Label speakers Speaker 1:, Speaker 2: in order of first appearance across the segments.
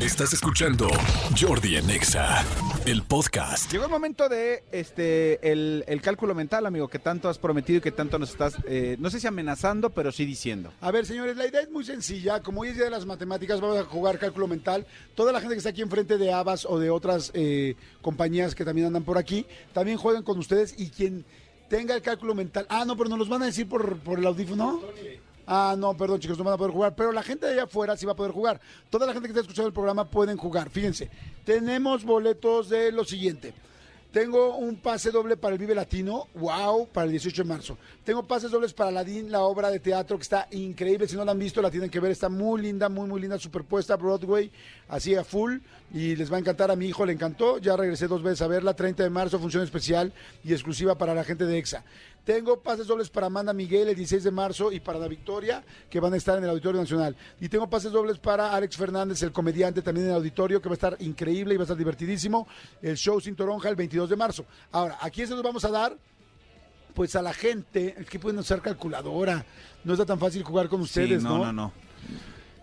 Speaker 1: Estás escuchando Jordi en Exa, el podcast.
Speaker 2: Llegó el momento de este el, el cálculo mental, amigo, que tanto has prometido y que tanto nos estás, eh, no sé si amenazando, pero sí diciendo.
Speaker 3: A ver, señores, la idea es muy sencilla. Como hoy es día de las matemáticas, vamos a jugar cálculo mental. Toda la gente que está aquí enfrente de Avas o de otras eh, compañías que también andan por aquí, también juegan con ustedes y quien tenga el cálculo mental. Ah, no, pero nos los van a decir por, por el audífono. Ah, no, perdón, chicos, no van a poder jugar. Pero la gente de allá afuera sí va a poder jugar. Toda la gente que está escuchando el programa pueden jugar. Fíjense, tenemos boletos de lo siguiente. Tengo un pase doble para el Vive Latino, wow, para el 18 de marzo. Tengo pases dobles para Aladdin, la obra de teatro que está increíble. Si no la han visto, la tienen que ver. Está muy linda, muy, muy linda, superpuesta, Broadway, así a full. Y les va a encantar. A mi hijo le encantó. Ya regresé dos veces a verla. 30 de marzo, función especial y exclusiva para la gente de EXA. Tengo pases dobles para Amanda Miguel el 16 de marzo y para la Victoria, que van a estar en el Auditorio Nacional. Y tengo pases dobles para Alex Fernández, el comediante, también en el auditorio, que va a estar increíble y va a estar divertidísimo. El show Sin Toronja el 22 de marzo. Ahora, aquí se los vamos a dar, pues a la gente, es que pueden usar calculadora. No está tan fácil jugar con ustedes,
Speaker 2: Sí,
Speaker 3: ¿no?
Speaker 2: no, no, no.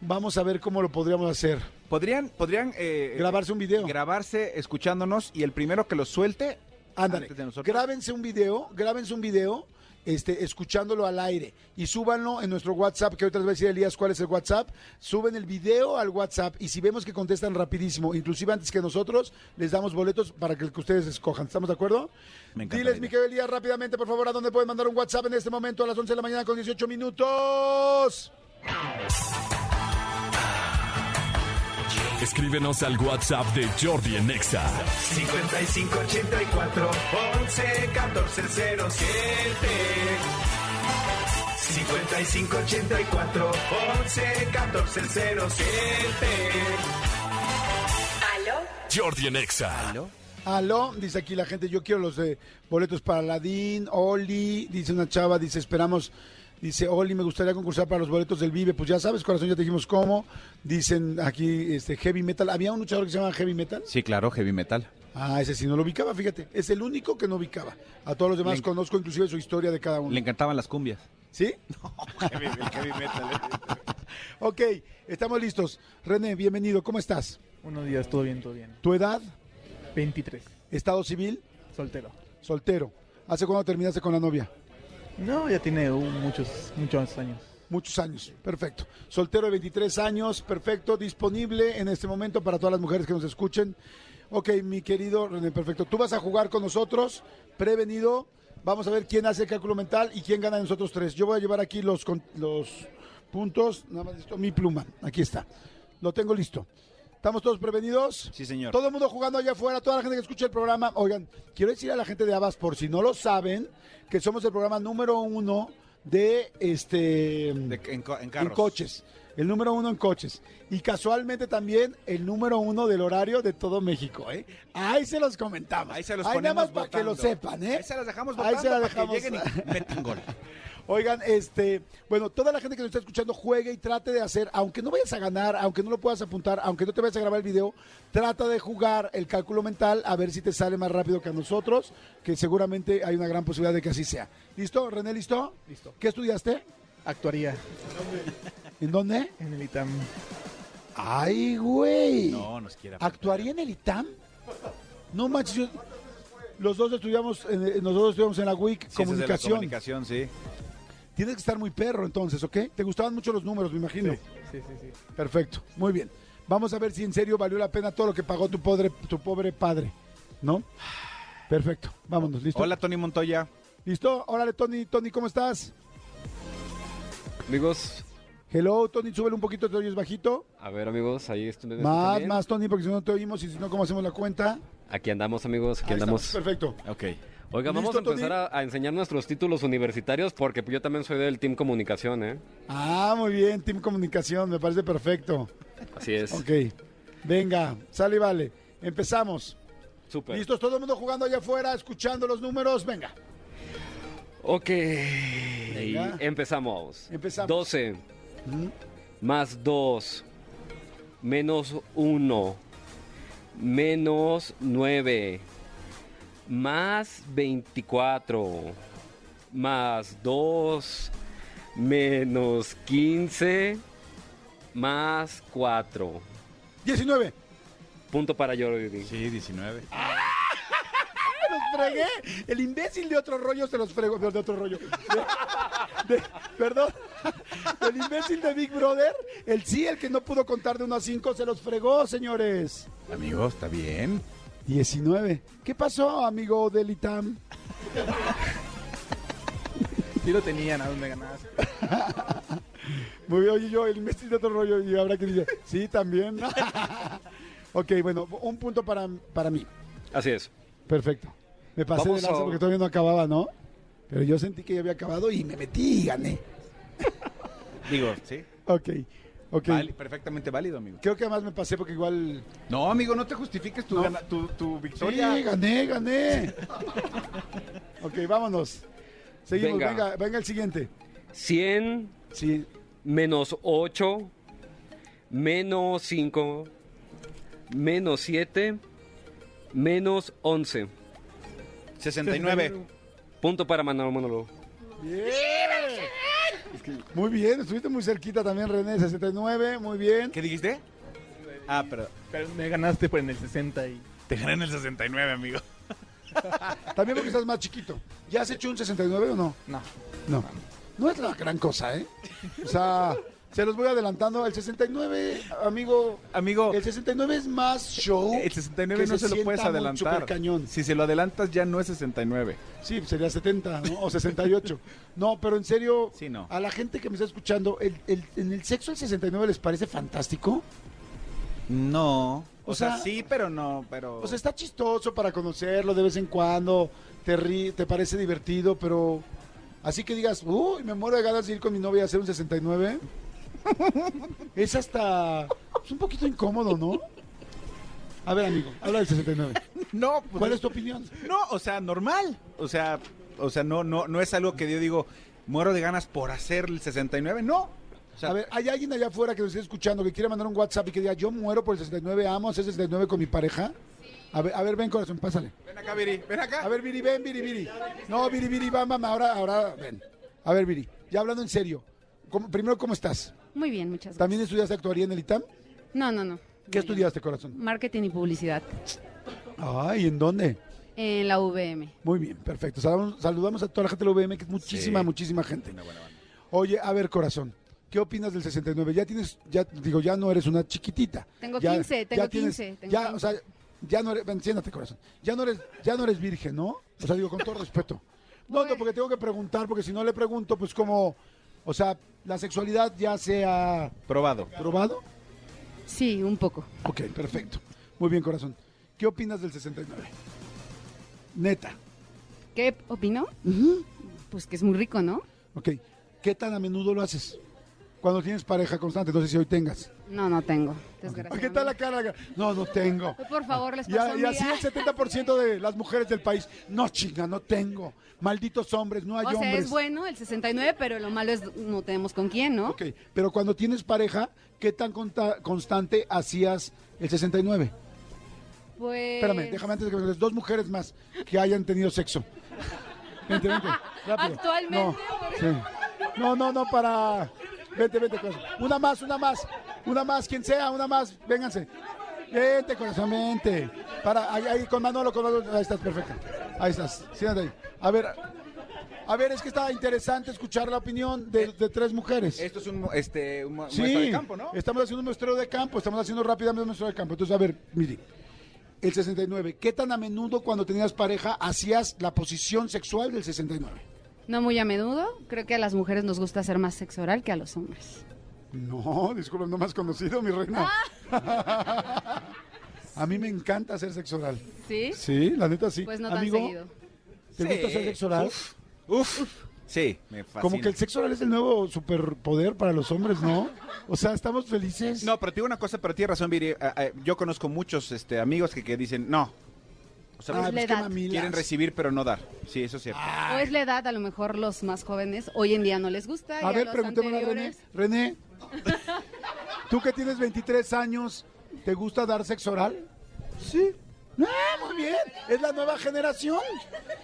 Speaker 3: Vamos a ver cómo lo podríamos hacer.
Speaker 2: Podrían, podrían eh,
Speaker 3: Grabarse un video.
Speaker 2: grabarse escuchándonos y el primero que lo suelte,
Speaker 3: Ándale,
Speaker 2: antes de nosotros.
Speaker 3: grábense un video, grábense un video, este, escuchándolo al aire y súbanlo en nuestro WhatsApp, que ahorita les voy a decir Elías cuál es el WhatsApp, suben el video al WhatsApp y si vemos que contestan rapidísimo, inclusive antes que nosotros, les damos boletos para que, el que ustedes escojan, ¿estamos de acuerdo?
Speaker 2: Me encanta la
Speaker 3: Diles,
Speaker 2: idea.
Speaker 3: Miquel Elías, rápidamente, por favor, a dónde pueden mandar un WhatsApp en este momento a las 11 de la mañana con 18 minutos.
Speaker 1: Escríbenos al WhatsApp de Jordi en Exa.
Speaker 4: 5584 11 14 07 5584 11 14 07
Speaker 5: ¿Aló?
Speaker 1: Jordi en Exa.
Speaker 3: Aló, dice aquí la gente, yo quiero los de boletos para Aladín, Oli, dice una chava, dice esperamos, dice Oli, me gustaría concursar para los boletos del Vive, pues ya sabes, corazón, ya te dijimos cómo, dicen aquí este Heavy Metal, había un luchador que se llama Heavy Metal,
Speaker 2: Sí, claro, heavy metal.
Speaker 3: ah, ese sí no lo ubicaba, fíjate, es el único que no ubicaba, a todos los demás
Speaker 2: Le-
Speaker 3: conozco inclusive su historia de cada uno,
Speaker 2: Le encantaban las cumbias.
Speaker 3: ¿sí?
Speaker 2: eh.
Speaker 3: ok, estamos listos, René, bienvenido, ¿cómo estás?
Speaker 6: Unos días, todo bien, todo bien.
Speaker 3: ¿Tu edad?
Speaker 6: 23,
Speaker 3: ¿Estado civil?
Speaker 6: soltero.
Speaker 3: ¿Soltero? ¿Hace cuándo terminaste con la novia?
Speaker 6: No, ya tiene uh, muchos, muchos años.
Speaker 3: Muchos años, perfecto. Soltero de 23 años, perfecto, disponible en este momento para todas las mujeres que nos escuchen. Ok, mi querido René, perfecto. Tú vas a jugar con nosotros, prevenido. Vamos a ver quién hace el cálculo mental y quién gana de nosotros tres. Yo voy a llevar aquí los, con- los puntos, nada más listo, mi pluma, aquí está. Lo tengo listo. ¿Estamos todos prevenidos?
Speaker 2: Sí, señor.
Speaker 3: Todo el mundo jugando allá afuera, toda la gente que escucha el programa. Oigan, quiero decir a la gente de Abas, por si no lo saben, que somos el programa número uno de este
Speaker 2: De- en, co- en
Speaker 3: en
Speaker 2: carros.
Speaker 3: coches. El número uno en coches. Y casualmente también el número uno del horario de todo México, ¿eh? Ahí se los comentamos.
Speaker 2: Ahí se los
Speaker 3: nada
Speaker 2: ponemos
Speaker 3: más para que
Speaker 2: votando.
Speaker 3: lo sepan, ¿eh?
Speaker 2: Ahí se las dejamos
Speaker 3: Ahí
Speaker 2: votando
Speaker 3: se las
Speaker 2: para que
Speaker 3: dejamos.
Speaker 2: lleguen y metan gol.
Speaker 3: Oigan, este, bueno, toda la gente que nos está escuchando, juegue y trate de hacer, aunque no vayas a ganar, aunque no lo puedas apuntar, aunque no te vayas a grabar el video, trata de jugar el cálculo mental a ver si te sale más rápido que a nosotros, que seguramente hay una gran posibilidad de que así sea. ¿Listo, René, listo?
Speaker 6: Listo.
Speaker 3: ¿Qué estudiaste?
Speaker 6: Actuaría
Speaker 3: ¿En dónde?
Speaker 6: en el ITAM.
Speaker 3: Ay, güey.
Speaker 2: No, nos quiera.
Speaker 3: ¿Actuaría en el ITAM? No manches, yo- los dos estudiamos, en, eh, nosotros estudiamos en la WIC
Speaker 2: Ciencias de la
Speaker 3: comunicación.
Speaker 2: comunicación, sí.
Speaker 3: Tienes que estar muy perro entonces, ¿ok? Te gustaban mucho los números, me imagino.
Speaker 6: Sí, sí, sí.
Speaker 3: Perfecto, muy bien. Vamos a ver si en serio valió la pena todo lo que pagó tu pobre, tu pobre padre, ¿no? Perfecto, vámonos, ¿listo?
Speaker 2: Hola, Tony Montoya.
Speaker 3: ¿Listo? Órale, Tony, Tony, ¿cómo estás?
Speaker 7: Amigos,
Speaker 3: Hello, Tony, súbele un poquito, te oyes bajito.
Speaker 7: a ver amigos, ahí estoy.
Speaker 3: Más, más, Tony, porque si no te oímos y si no, ¿cómo hacemos la cuenta?
Speaker 7: Aquí andamos amigos, aquí
Speaker 3: Ahí
Speaker 7: andamos.
Speaker 3: estamos, Perfecto.
Speaker 2: Ok.
Speaker 7: Oiga, vamos a
Speaker 3: ¿Listo,
Speaker 7: empezar a, a enseñar nuestros títulos universitarios porque yo también soy del Team Comunicación, ¿eh?
Speaker 3: Ah, muy bien, Team Comunicación, me parece perfecto.
Speaker 7: Así es.
Speaker 3: Ok, venga, sale y vale. Empezamos.
Speaker 7: Súper.
Speaker 3: ¿Listos? Todo el mundo jugando allá afuera, escuchando los números. Venga.
Speaker 7: Ok.
Speaker 3: Venga.
Speaker 7: Empezamos.
Speaker 3: Empezamos.
Speaker 7: 12 más 2 menos 1 menos 9 más 24 más 2 menos 15 más 4
Speaker 3: 19.
Speaker 7: Punto para Jordi.
Speaker 2: Sí, 19.
Speaker 3: los fregué. El imbécil de otro rollo se los fregó. De otro rollo. De- de- perdón. El imbécil de Big Brother. El sí, el que no pudo contar de 1 a 5, se los fregó, señores.
Speaker 2: Amigo, está bien.
Speaker 3: 19. ¿Qué pasó, amigo del ITAM?
Speaker 6: Sí lo tenían a donde ganabas.
Speaker 3: Muy bien, oye, yo, el imbécil de otro rollo. Y habrá quien dice, sí, también. ok, bueno, un punto para, para mí.
Speaker 7: Así es.
Speaker 3: Perfecto. Me pasé
Speaker 7: Vamos
Speaker 3: de lanza
Speaker 7: a-
Speaker 3: porque todavía no acababa, ¿no? Pero yo sentí que ya había acabado y me metí y gané.
Speaker 2: Digo, sí.
Speaker 3: Ok, ok.
Speaker 2: Vali- perfectamente válido, amigo.
Speaker 3: Creo que además me pasé porque igual
Speaker 2: No, amigo, no te justifiques tu, gana- tu, tu victoria.
Speaker 3: Sí, gané, gané. ok, vámonos. Seguimos,
Speaker 7: Venga.
Speaker 3: venga. venga, el siguiente.
Speaker 7: 100
Speaker 3: Sí.
Speaker 7: menos 8 menos 5 menos 7 menos 11.
Speaker 2: 69.
Speaker 7: Punto para Manolo Manolo.
Speaker 3: Muy bien, estuviste muy cerquita también, René, 69, muy bien.
Speaker 2: ¿Qué dijiste? Ah, pero
Speaker 6: Pero me ganaste por en el 60 y...
Speaker 2: te gané en el 69, amigo.
Speaker 3: También porque estás más chiquito. ¿Ya has hecho un 69 o no?
Speaker 6: No.
Speaker 3: No. No es la gran cosa, ¿eh? O sea, se los voy adelantando. El 69, amigo,
Speaker 2: Amigo,
Speaker 3: el 69 es más show.
Speaker 2: el 69
Speaker 3: que
Speaker 2: no se, lo
Speaker 3: sienta
Speaker 2: puedes
Speaker 3: muy
Speaker 2: adelantar.
Speaker 3: supercañón.
Speaker 2: Si se lo adelantas ya no es 69.
Speaker 3: Sí, sería 70 ¿no? o 68. No, pero en serio,
Speaker 2: Sí, no.
Speaker 3: a la gente que me está escuchando, ¿el, el- en el sexo el 69 les parece fantástico?
Speaker 2: No. O,
Speaker 3: O
Speaker 2: sea,
Speaker 3: sea,
Speaker 2: sí, pero no, pero
Speaker 3: O sea, está chistoso para conocerlo de vez en cuando, te, ri- te parece divertido, pero así que digas, uy, me muero de ganas de ir con mi novia a hacer un 69. es hasta... es un poquito incómodo, ¿no? A ver, amigo, habla del 69.
Speaker 2: no, pues,
Speaker 3: ¿Cuál es tu opinión?
Speaker 2: No, o sea, normal. O sea, o sea, no no no es algo que yo digo, muero de ganas por hacer el 69, no. O sea,
Speaker 3: a ver, hay alguien allá afuera que nos esté escuchando que quiera mandar un WhatsApp y que diga, yo muero por el 69, amo hacer 69 con mi pareja. A ver, a ver, ven corazón, pásale.
Speaker 2: ven acá, Viri, ven acá.
Speaker 3: A ver, Viri, ven, Viri, Viri. No, Viri, Viri, va, mamá, ahora, ahora, ven. A ver, Viri, ya hablando en serio. ¿cómo- primero, ¿cómo estás?
Speaker 8: Muy bien, muchas gracias.
Speaker 3: ¿También estudiaste actuaría en el ITAM?
Speaker 8: No, no, no.
Speaker 3: ¿Qué
Speaker 8: No,
Speaker 3: estudiaste,
Speaker 8: yo
Speaker 3: corazón?
Speaker 8: no. Marketing y publicidad
Speaker 3: Ay, ¿en dónde?
Speaker 8: en la VM.
Speaker 3: Muy bien, perfecto. Saludamos, saludamos a toda la gente del UVM, que es muchísima,
Speaker 2: Sí.
Speaker 3: muchísima gente. Oye, a ver, corazón, ¿qué opinas del 69? Ya tienes, ya digo, ya no eres una chiquitita.
Speaker 8: Tengo
Speaker 3: Ya-
Speaker 8: 15,
Speaker 3: ya
Speaker 8: tengo
Speaker 3: tienes-
Speaker 8: 15, tengo
Speaker 3: ya,
Speaker 8: 15.
Speaker 3: o sea, ya no eres, ven, siéntate, corazón. Ya no eres, ya no eres virgen, ¿no? O sea, digo, con todo respeto. No, no,
Speaker 8: Bueno.
Speaker 3: porque tengo que preguntar, porque si no le pregunto, pues como, o sea, la sexualidad ya se ha
Speaker 2: Probado.
Speaker 3: probado.
Speaker 8: Sí, un poco.
Speaker 3: Ok, perfecto. Muy bien, corazón. ¿Qué opinas del 69? Neta.
Speaker 8: ¿Qué opino?
Speaker 3: Ujú.
Speaker 8: Pues que es muy rico, ¿no?
Speaker 3: Ok. ¿Qué tan a menudo lo haces? Cuando tienes pareja constante, no sé si hoy tengas.
Speaker 8: No, no tengo.
Speaker 3: Ah,
Speaker 8: Desgraciadamente.
Speaker 3: ¿Qué tal la cara? No, no tengo.
Speaker 8: Por favor, les
Speaker 3: Y,
Speaker 8: paso
Speaker 3: a- y
Speaker 8: mi-
Speaker 3: así el 70% de las mujeres del país, no chinga, no tengo. Malditos hombres, no hay
Speaker 8: O sea,
Speaker 3: hombres.
Speaker 8: es bueno el 69, pero lo malo es no tenemos con quién, ¿no?
Speaker 3: Ok, pero cuando tienes pareja, ¿qué tan conta- constante hacías el 69?
Speaker 8: Pues
Speaker 3: Espérame, déjame antes de que me contestes, Dos mujeres más que hayan tenido sexo. Vente, vente, rápido.
Speaker 8: Actualmente,
Speaker 3: No, sí. no, no, no, para. Vente, vente, corazón. Una más, una más. Una más, quien sea, una más. Vénganse. Vente, corazón, vente. Para, ahí, ahí, con Manolo, con Manolo. Ahí estás, perfecto. Ahí estás. Siéntate ahí. A ver. A ver, es que está interesante escuchar la opinión de, de tres mujeres.
Speaker 2: Esto es un mu- este un mu-
Speaker 3: Sí,
Speaker 2: muestra de campo, ¿no?
Speaker 3: estamos haciendo un muestreo de campo, estamos haciendo rápidamente un muestreo de campo. Entonces, a ver, mire, el 69, ¿qué tan a menudo cuando tenías pareja hacías la posición sexual del 69?
Speaker 8: no muy a menudo. Creo que a las mujeres nos gusta hacer más sexo oral que a los hombres.
Speaker 3: No, disculpa, no más conocido, mi reina.
Speaker 8: Ah.
Speaker 3: a mí me encanta hacer sexo oral.
Speaker 8: ¿Sí?
Speaker 3: Sí, la neta sí.
Speaker 8: Pues no tan
Speaker 3: Amigo,
Speaker 8: seguido.
Speaker 3: ¿Te gusta hacer sexo oral?
Speaker 2: Uf, uf. Sí, me fascina.
Speaker 3: Como que el sexo oral es el nuevo superpoder para los hombres, ¿no? O sea, estamos felices.
Speaker 2: No, pero te digo una cosa, pero tienes razón, Viri. Ah, ah, yo conozco muchos este, amigos que, que dicen no. O sea,
Speaker 3: Ah,
Speaker 8: Es la
Speaker 3: pues qué
Speaker 8: edad.
Speaker 3: mamilas.
Speaker 2: quieren recibir pero no dar. Sí, eso es cierto.
Speaker 3: ah.
Speaker 8: O es la edad, a lo mejor los más jóvenes hoy en día no les gusta. y
Speaker 3: A ver,
Speaker 8: los
Speaker 3: preguntémosle a René.
Speaker 8: anteriores-
Speaker 3: René, tú que tienes 23 años, ¿te gusta dar sexo oral? Sí. Ah, muy bien. Es la nueva generación.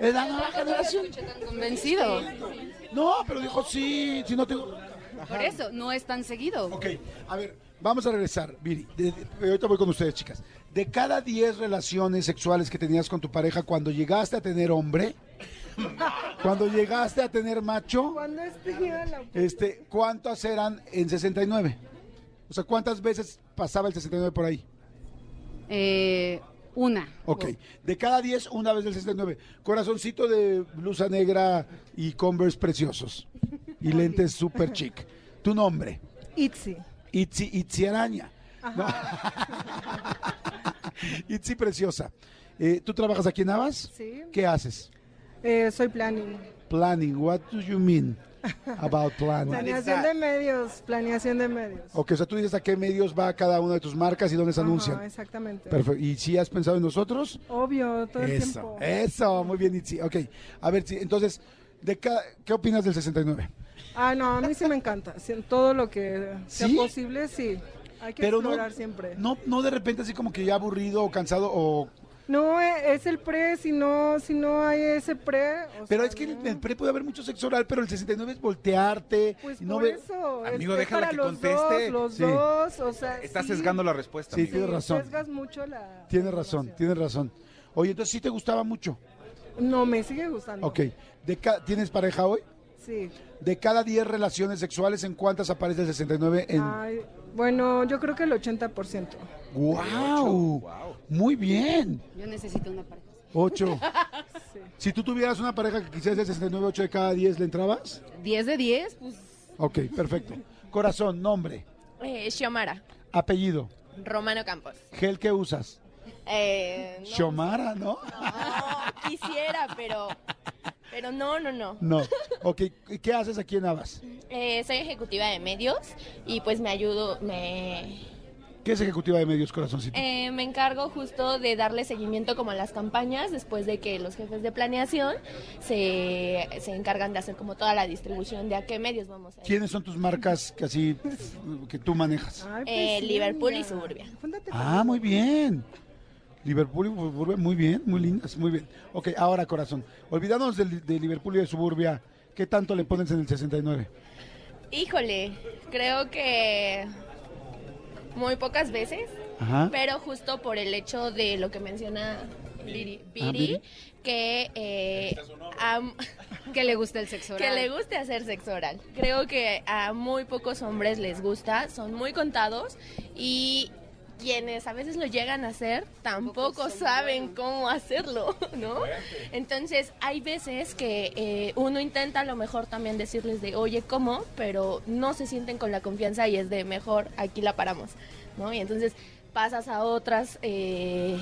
Speaker 3: Es la nueva generación.
Speaker 8: tan convencido.
Speaker 3: No, pero dijo sí. Si no tengo.
Speaker 8: Por eso, no es tan seguido.
Speaker 3: Ok, a ver, Vamos a regresar, Viri. De- de- ahorita voy con ustedes, chicas. De cada 10 relaciones sexuales que tenías con tu pareja cuando llegaste a tener hombre, cuando llegaste a tener macho, este, ¿cuántas eran en 69? O sea, ¿cuántas veces pasaba el 69 por ahí?
Speaker 8: Eh, una.
Speaker 3: Ok, de cada 10, una vez del 69. Corazoncito de blusa negra y Converse preciosos. Y lentes super chic. Tu nombre,
Speaker 9: Itzy.
Speaker 3: Itzi, Itzi Araña. No. Itzi Preciosa. Eh, ¿Tú trabajas aquí en Navas?
Speaker 9: Sí.
Speaker 3: ¿Qué haces?
Speaker 9: Eh, soy planning.
Speaker 3: Planning. What do you mean about planning?
Speaker 9: Planeación de medios. Planeación de medios.
Speaker 3: Ok, o sea, tú dices a qué medios va cada una de tus marcas y dónde se
Speaker 9: Ajá, este.
Speaker 3: anuncian.
Speaker 9: exactamente.
Speaker 3: Perfecto. ¿Y si has pensado en nosotros?
Speaker 9: Obvio, todo el
Speaker 3: Eso,
Speaker 9: tiempo.
Speaker 3: eso, muy bien, Itzi. Ok, a ver, sí, entonces, de ca- ¿qué opinas del 69?
Speaker 9: Ah, no, a mí sí me encanta. sí, Todo lo que sea
Speaker 3: ¿Sí?
Speaker 9: posible, sí. Hay que explorar siempre. No,
Speaker 3: no, no de repente así como que ya aburrido o cansado o...
Speaker 9: eh, es el pre, si no, si no hay ese pre. o
Speaker 3: Pero
Speaker 9: sea,
Speaker 3: es que en
Speaker 9: no.
Speaker 3: el pre puede haber mucho sexo oral, pero el 69 es voltearte.
Speaker 9: Pues
Speaker 3: y no
Speaker 9: por
Speaker 3: ve-
Speaker 9: eso.
Speaker 2: Amigo,
Speaker 9: es, es
Speaker 2: déjala
Speaker 9: para
Speaker 2: que
Speaker 9: los
Speaker 2: conteste.
Speaker 9: Dos, los
Speaker 3: Sí.
Speaker 9: dos, o sea.
Speaker 2: Estás
Speaker 9: sí,
Speaker 2: sesgando la respuesta.
Speaker 3: Sí,
Speaker 2: amigo.
Speaker 3: tienes razón.
Speaker 9: sesgas mucho la.
Speaker 3: Tienes razón,
Speaker 9: información.
Speaker 3: tienes razón. Oye, entonces sí te gustaba mucho.
Speaker 9: No, me sigue gustando.
Speaker 3: Ok, de ca- ¿tienes pareja hoy?
Speaker 9: Sí.
Speaker 3: De cada 10 relaciones sexuales, ¿en cuántas aparece el 69? En...
Speaker 9: Ay, bueno, yo creo que el 80%.
Speaker 3: ¡Guau! Muy bien.
Speaker 8: Yo necesito una pareja.
Speaker 3: 8.
Speaker 9: Sí.
Speaker 3: Si tú tuvieras una pareja que quisieras el 69, 8 de cada 10, ¿le entrabas?
Speaker 8: 10 de 10, pues.
Speaker 3: Ok, perfecto. Corazón, nombre,
Speaker 10: Eh, Xiomara,
Speaker 3: apellido,
Speaker 10: Romano Campos.
Speaker 3: gel que usas.
Speaker 10: Eh, no,
Speaker 3: Xiomara, ¿no?
Speaker 10: no, quisiera, pero, pero no, no, no.
Speaker 3: No. Ok, ¿qué haces aquí en Navas?
Speaker 10: Eh, soy ejecutiva de medios y pues me ayudo, me,
Speaker 3: ¿Qué es ejecutiva de medios, corazoncito?
Speaker 10: eh, me encargo justo de darle seguimiento como a las campañas después de que los jefes de planeación se, se encargan de hacer como toda la distribución de a qué medios vamos a ir.
Speaker 3: ¿Quiénes son tus marcas que así que tú manejas?
Speaker 9: Ay, pues
Speaker 10: Eh,
Speaker 9: sí,
Speaker 10: Liverpool y
Speaker 9: amiga.
Speaker 10: Suburbia.
Speaker 9: Júntate
Speaker 3: Ah,
Speaker 9: conmigo.
Speaker 3: muy bien. Liverpool y Suburbia, muy bien, muy lindas, muy bien. Ok, ahora corazón, olvidándonos del- de, Liverpool y de Suburbia, ¿qué tanto le pones en el 69?
Speaker 10: Híjole, creo que muy pocas veces.
Speaker 3: Ajá.
Speaker 10: Pero justo por el hecho de lo que menciona Viri,
Speaker 3: Ah,
Speaker 10: Viri,
Speaker 3: Viri.
Speaker 10: que, eh, am-
Speaker 8: Que le gusta el sexo
Speaker 10: que
Speaker 8: oral.
Speaker 10: le guste hacer sexo oral. Creo que a muy pocos hombres les gusta, son muy contados y quienes a veces lo llegan a hacer tampoco saben cómo hacerlo, ¿no? Entonces hay veces que eh, uno intenta a lo mejor también decirles de, oye, ¿cómo? Pero no se sienten con la confianza y es de, mejor aquí la paramos, ¿no? Y entonces pasas a otras... eh,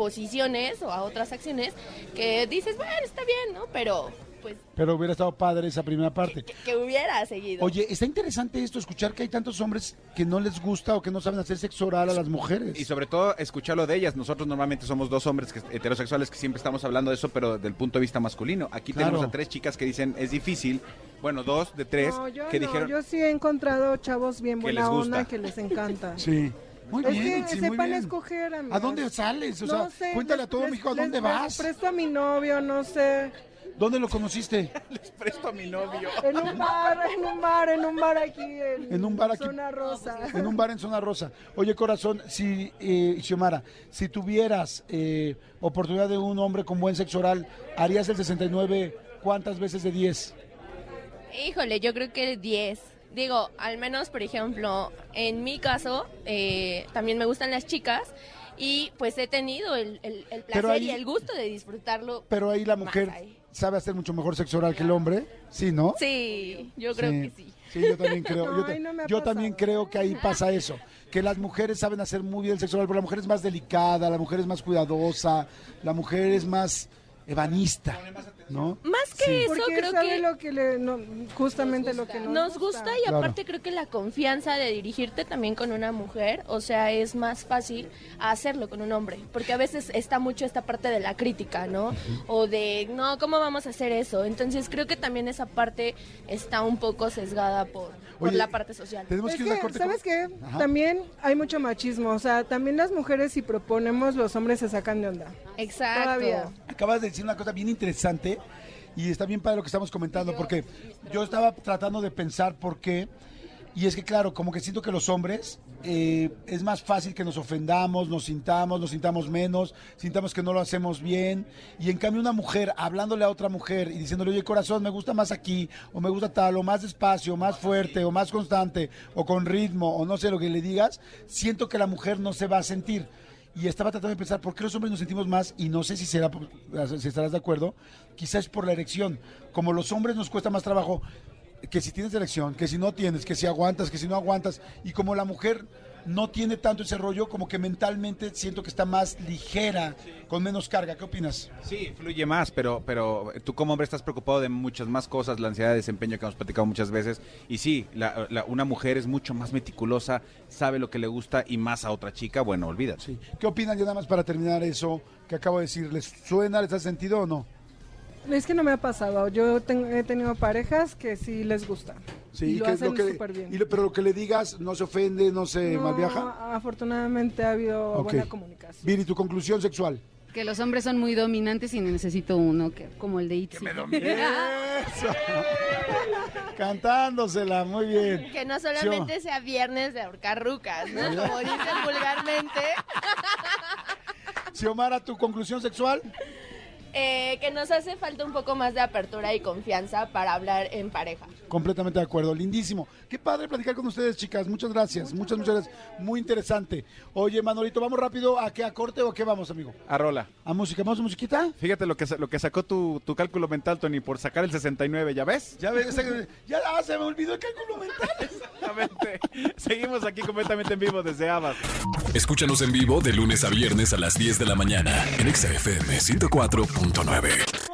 Speaker 10: posiciones o a otras acciones que dices, bueno, está bien, ¿no? Pero pues
Speaker 3: Pero hubiera estado padre esa primera parte.
Speaker 10: que, que hubiera seguido.
Speaker 3: Oye, está interesante esto, escuchar que hay tantos hombres que no les gusta o que no saben hacer sexo oral a las mujeres.
Speaker 2: Y sobre todo, escucharlo de ellas. Nosotros normalmente somos dos hombres que- heterosexuales que siempre estamos hablando de eso, pero desde el punto de vista masculino. Aquí
Speaker 3: Claro.
Speaker 2: tenemos a tres chicas que dicen es difícil. Bueno, dos de tres
Speaker 9: No, yo
Speaker 2: que
Speaker 9: no,
Speaker 2: dijeron.
Speaker 9: Yo sí he encontrado chavos bien
Speaker 2: Que
Speaker 9: buena
Speaker 2: les gusta.
Speaker 9: onda que les encanta.
Speaker 3: Sí. Muy
Speaker 9: Es
Speaker 3: bien,
Speaker 9: que
Speaker 3: sí, muy
Speaker 9: sepan
Speaker 3: bien.
Speaker 9: escoger,
Speaker 3: ¿A
Speaker 9: amigas.
Speaker 3: dónde sales? O sea,
Speaker 9: No sé,
Speaker 3: cuéntale
Speaker 9: les-
Speaker 3: a todo
Speaker 9: les-
Speaker 3: México a
Speaker 9: les-
Speaker 3: dónde
Speaker 9: les
Speaker 3: vas.
Speaker 9: presto a mi novio, no sé.
Speaker 3: ¿Dónde lo conociste?
Speaker 2: Presto a mi novio.
Speaker 9: En un bar, en un bar, en un bar aquí. En,
Speaker 3: En un bar aquí.
Speaker 9: Zona Rosa.
Speaker 3: En un bar en Zona Rosa. Oye, corazón, si, eh, Xiomara, si tuvieras eh, oportunidad de un hombre con buen sexo oral, ¿harías el 69 cuántas veces de 10?
Speaker 10: Híjole, yo creo que 10. Digo, al menos, por ejemplo, en mi caso, eh, también me gustan las chicas y pues he tenido el, el- el
Speaker 3: Pero
Speaker 10: placer
Speaker 3: ahí-
Speaker 10: y el gusto de disfrutarlo.
Speaker 3: Pero ahí la
Speaker 10: más
Speaker 3: mujer
Speaker 10: ahí.
Speaker 3: sabe hacer mucho mejor sexo oral que el hombre, ¿sí, no?
Speaker 10: Sí, yo creo que sí.
Speaker 3: Sí, yo también creo. yo
Speaker 9: No,
Speaker 3: ta-
Speaker 9: ahí no me ha
Speaker 3: yo también
Speaker 9: pasado.
Speaker 3: creo que ahí pasa eso. Que las mujeres saben hacer muy bien el sexo oral, pero la mujer es más delicada, la mujer es más cuidadosa, la mujer es más evanista, ¿no?
Speaker 10: Más que
Speaker 3: Sí.
Speaker 10: eso,
Speaker 9: Porque
Speaker 10: creo
Speaker 9: sabe
Speaker 10: que
Speaker 9: lo que le, no, justamente lo que no
Speaker 10: nos gusta y
Speaker 3: Claro.
Speaker 10: aparte creo que la confianza de dirigirte también con una mujer, o sea, es más fácil hacerlo con un hombre, porque a veces está mucho esta parte de la crítica, ¿no? O de, no, ¿cómo vamos a hacer eso? Entonces creo que también esa parte está un poco sesgada por, por
Speaker 3: Oye,
Speaker 10: la parte social.
Speaker 3: Tenemos
Speaker 9: Es
Speaker 3: que ir a una
Speaker 9: que,
Speaker 3: corte.
Speaker 9: ¿sabes qué?
Speaker 3: Ajá.
Speaker 9: También hay mucho machismo, o sea, también las mujeres si proponemos, los hombres se sacan de onda.
Speaker 10: Exacto.
Speaker 9: Todavía.
Speaker 3: Acabas de decir una cosa bien interesante y está bien para lo que estamos comentando, porque yo estaba tratando de pensar por qué Y es que, claro, como que siento que los hombres eh, es más fácil que nos ofendamos, nos sintamos, nos sintamos menos, sintamos que no lo hacemos bien. Y en cambio, una mujer hablándole a otra mujer y diciéndole, oye, corazón, me gusta más aquí, o me gusta tal, o más despacio, o más fuerte, o más constante, o con ritmo, o no sé lo que le digas, siento que la mujer no se va a sentir. Y estaba tratando de pensar, ¿por qué los hombres nos sentimos más? Y no sé si, será, por- si estarás de acuerdo, quizás es por la erección. Como los hombres nos cuesta más trabajo que si tienes erección, que si no tienes, que si aguantas, que si no aguantas, y como la mujer no tiene tanto ese rollo, como que mentalmente siento que está más ligera, con menos carga. ¿Qué opinas?
Speaker 2: Sí, fluye más, pero, pero tú como hombre estás preocupado de muchas más cosas, la ansiedad de desempeño que hemos platicado muchas veces. Y sí, la- la- una mujer es mucho más meticulosa, sabe lo que le gusta y más a otra chica, bueno, olvídate.
Speaker 3: Sí. ¿Qué opinan ya nada más para terminar eso que acabo de decir? ¿Les suena, les ha sentido o no?
Speaker 9: Es que no me ha pasado. Yo ten- he tenido parejas que sí les gusta. y lo
Speaker 3: que
Speaker 9: hacen
Speaker 3: que-
Speaker 9: súper bien.
Speaker 3: y lo- pero lo que le digas no se ofende, no se
Speaker 9: No,
Speaker 3: malviaja.
Speaker 9: Afortunadamente ha habido
Speaker 3: Ok.
Speaker 9: buena comunicación.
Speaker 3: Viri, tu conclusión sexual.
Speaker 8: Que los hombres son muy dominantes y necesito uno que, como el de Itzy.
Speaker 3: Eso. Cantándosela, muy bien.
Speaker 10: Que no solamente sea viernes de ahorcar rucas, ¿no? Como dicen vulgarmente.
Speaker 3: Xiomara, tu conclusión sexual.
Speaker 10: eh, que nos hace falta un poco más de apertura y confianza para hablar en pareja.
Speaker 3: Completamente de acuerdo, lindísimo. Qué padre platicar con ustedes, chicas. Muchas gracias, muchas, muchas gracias. Muy interesante. Oye, Manolito, vamos rápido a qué a corte o a qué vamos, amigo.
Speaker 2: A Rola.
Speaker 3: ¿A música? ¿Vamos a musiquita?
Speaker 2: Fíjate lo que, sa- lo que sacó tu, tu cálculo mental, Tony, por sacar el 69, ¿ya ves?
Speaker 3: Ya ves, esa- ya ah, se me olvidó el cálculo mental.
Speaker 2: Exactamente. Seguimos aquí completamente en vivo desde Abas.
Speaker 1: Escúchanos en vivo de lunes a viernes a las 10 de la mañana en Exa FM 104.9.